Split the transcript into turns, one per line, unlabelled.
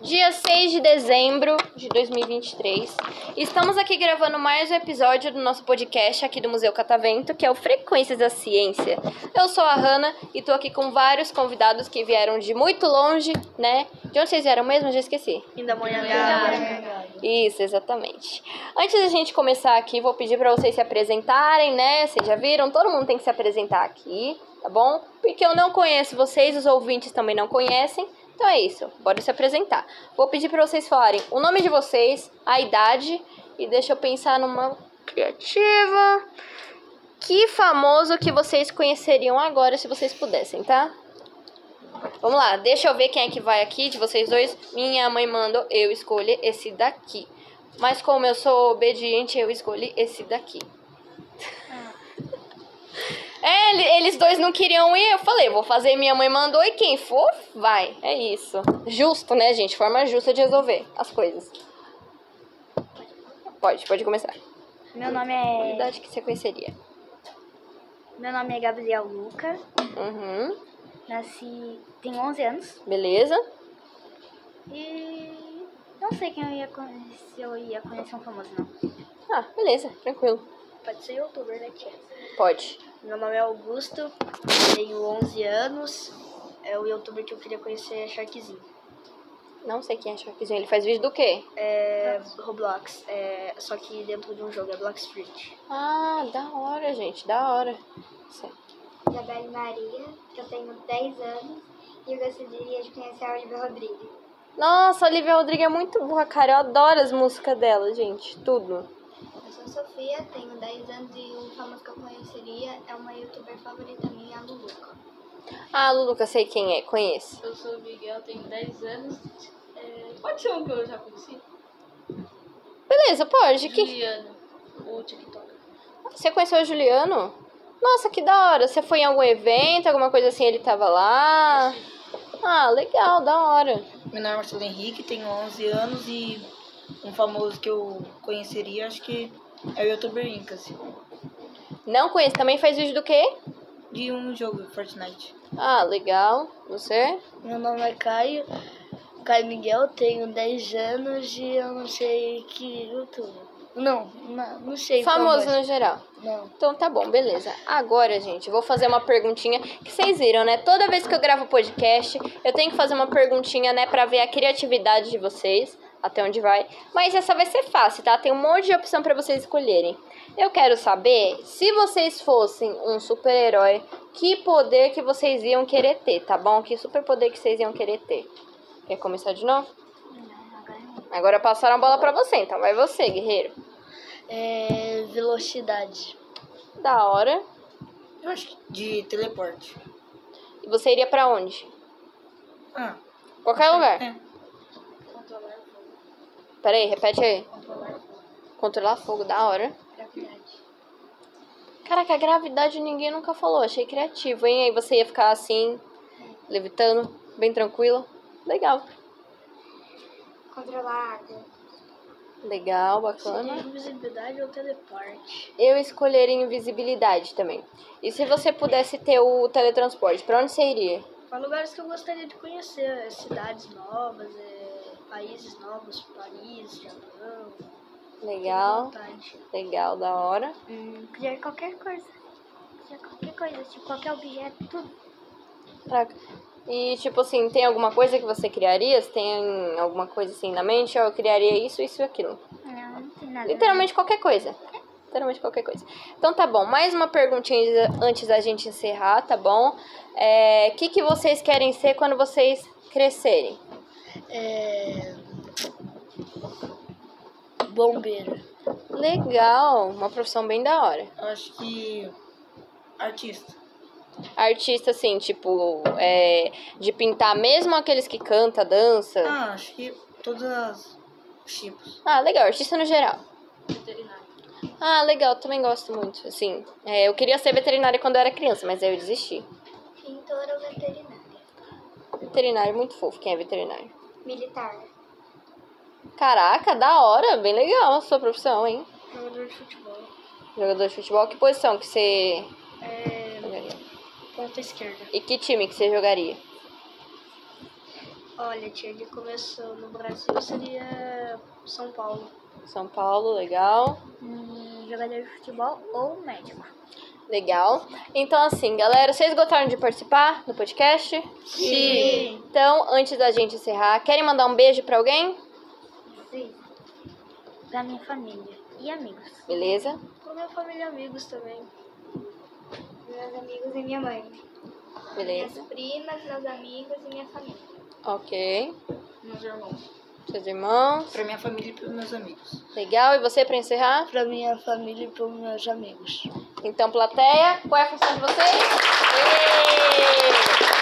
Dia 6 de dezembro de 2023. Estamos aqui gravando mais um episódio do nosso podcast aqui do Museu Catavento, que é o Frequências da Ciência. Eu sou a Hanna e tô aqui com vários convidados que vieram de muito longe, né? De onde vocês vieram mesmo? Eu Já esqueci.
Ainda amanhã é dá.
Isso, exatamente. Antes da gente começar aqui, vou pedir para vocês se apresentarem, né? Vocês já viram, todo mundo tem que se apresentar aqui, tá bom? Porque eu não conheço vocês, os ouvintes também não conhecem. Então é isso, bora se apresentar. Vou pedir para vocês falarem o nome de vocês, a idade e deixa eu pensar numa criativa. Que famoso que vocês conheceriam agora se vocês pudessem, tá? Vamos lá, deixa eu ver quem é que vai aqui de vocês dois. Minha mãe mandou eu escolher esse daqui. Mas como eu sou obediente, eu escolhi esse daqui. É, ele- eles dois não queriam ir, eu falei, vou fazer, minha mãe mandou e quem for, vai. É isso. Justo, né, gente? Forma justa de resolver as coisas. Pode, pode começar.
Meu nome
A
é.
idade que você conheceria.
Meu nome é Gabriel Luca.
Uhum,
Nasci. tem 11 anos.
beleza.
E. Não sei quem eu ia conhecer. Se eu ia conhecer um famoso, não.
Ah, beleza, tranquilo.
Pode ser youtuber, né, tia?
Pode.
Meu nome é Augusto. Tenho 11 anos. É o youtuber que eu queria conhecer é Sharkzinho.
Não sei quem é Sharkzinho, ele faz vídeo do quê?
É. Roblox. É, só que dentro de um jogo, é Block Street.
Ah, da hora, gente, da hora. Certo.
Isabelle Maria, que eu tenho 10 anos, e eu gostaria de conhecer a Oliver Rodrigues.
Nossa, a Olivia Rodrigues é muito boa, cara. Eu adoro as músicas dela, gente. Tudo.
Eu sou Sofia, tenho 10 anos e o famoso que eu conheceria é uma youtuber favorita minha, a Luluca.
Ah, Luluca, sei quem é, conheço.
Eu sou o Miguel, tenho 10 anos. É, pode ser um que eu já conheci?
Beleza, pode. Quem,
Juliana, o TikTok.
Você conheceu o Juliano? Nossa, que da hora. Você foi em algum evento, alguma coisa assim, ele tava lá? Ah, legal, da hora.
Meu nome é Marcelo Henrique, tenho 11 anos e um famoso que eu conheceria, acho que é o youtuber Incas,
Não conheço, também faz vídeo do quê?
de um jogo, Fortnite.
Ah, legal. Você?
Meu nome é Caio. Caio Miguel, tenho 10 anos e eu não sei que youtuber. Não, não, não sei.
Famoso no geral.
Não.
Então tá bom, beleza. Agora, gente, eu vou fazer uma perguntinha que vocês viram, né? Toda vez que eu gravo podcast, eu tenho que fazer uma perguntinha, né, Pra ver a criatividade de vocês, até onde vai. Mas essa vai ser fácil, tá? Tem um monte de opção pra vocês escolherem. Eu quero saber se vocês fossem um super-herói, que poder que vocês iam querer ter, tá bom? Que superpoder que vocês iam querer ter? Quer começar de novo? Agora é passaram a bola pra você, então vai você, guerreiro.
É, velocidade.
Da hora.
Eu acho que de teleporte.
E você iria pra onde?
Ah,
Qualquer lugar.
é.
Peraí, repete aí. Controlar fogo, da hora. Caraca, gravidade ninguém nunca falou. Achei criativo, hein? Aí você ia ficar assim, levitando, bem tranquilo. Legal.
Controlar a água.
Legal, bacana.
Invisibilidade ou teleporte?
Eu escolheria invisibilidade também. E se você pudesse ter o teletransporte, pra onde você iria?
Há lugares que eu gostaria de conhecer, é, cidades novas, é, países novos, Paris, Japão.
Legal, legal, da hora.
criar qualquer coisa. Criar qualquer coisa, tipo qualquer objeto, tudo.
Caraca. E tipo assim, tem alguma coisa que você criaria? Você tem alguma coisa assim na mente? Ó, Eu criaria isso, isso e aquilo.
Não, não tem nada.
Literalmente qualquer coisa. Literalmente qualquer coisa. Então tá bom, mais uma perguntinha antes da gente encerrar, tá bom? É, que que vocês querem ser quando vocês crescerem?
É, Então, bombeiro.
Legal, uma profissão bem da hora.
Eu acho que artista.
Artista, assim, tipo, é, de pintar mesmo aqueles que canta, dança.
Ah, acho que todas as tipos.
Ah, legal, artista no geral.
Veterinário.
Ah, legal, também gosto muito, assim. é, eu queria ser veterinária quando eu era criança, mas aí eu desisti.
Pintora ou veterinária.
Veterinário é muito fofo, quem é veterinário?
Militar.
Caraca, da hora, bem legal a sua profissão, hein?
Jogador de futebol.
Jogador de futebol, que posição que você
É.
jogaria?
Ponta esquerda.
E que time que você jogaria?
Olha, tia, ele começou no Brasil, seria São Paulo.
São Paulo, legal.
Hum, jogador de futebol ou médico.
Legal. Então, assim, galera, vocês gostaram de participar do podcast?
Sim.
Então, antes da gente encerrar, querem mandar um beijo pra alguém?
Sim. Pra minha família e amigos.
Beleza?
Com minha família e amigos também.
Meus amigos e minha mãe.
Beleza.
Minhas primas, meus amigos e minha família.
Ok.
Meus irmãos.
Seus irmãos.
Pra minha família e pros meus amigos.
Legal. E você pra encerrar?
Pra minha família e pros meus amigos.
Então, plateia, qual é a função de vocês? Êêê!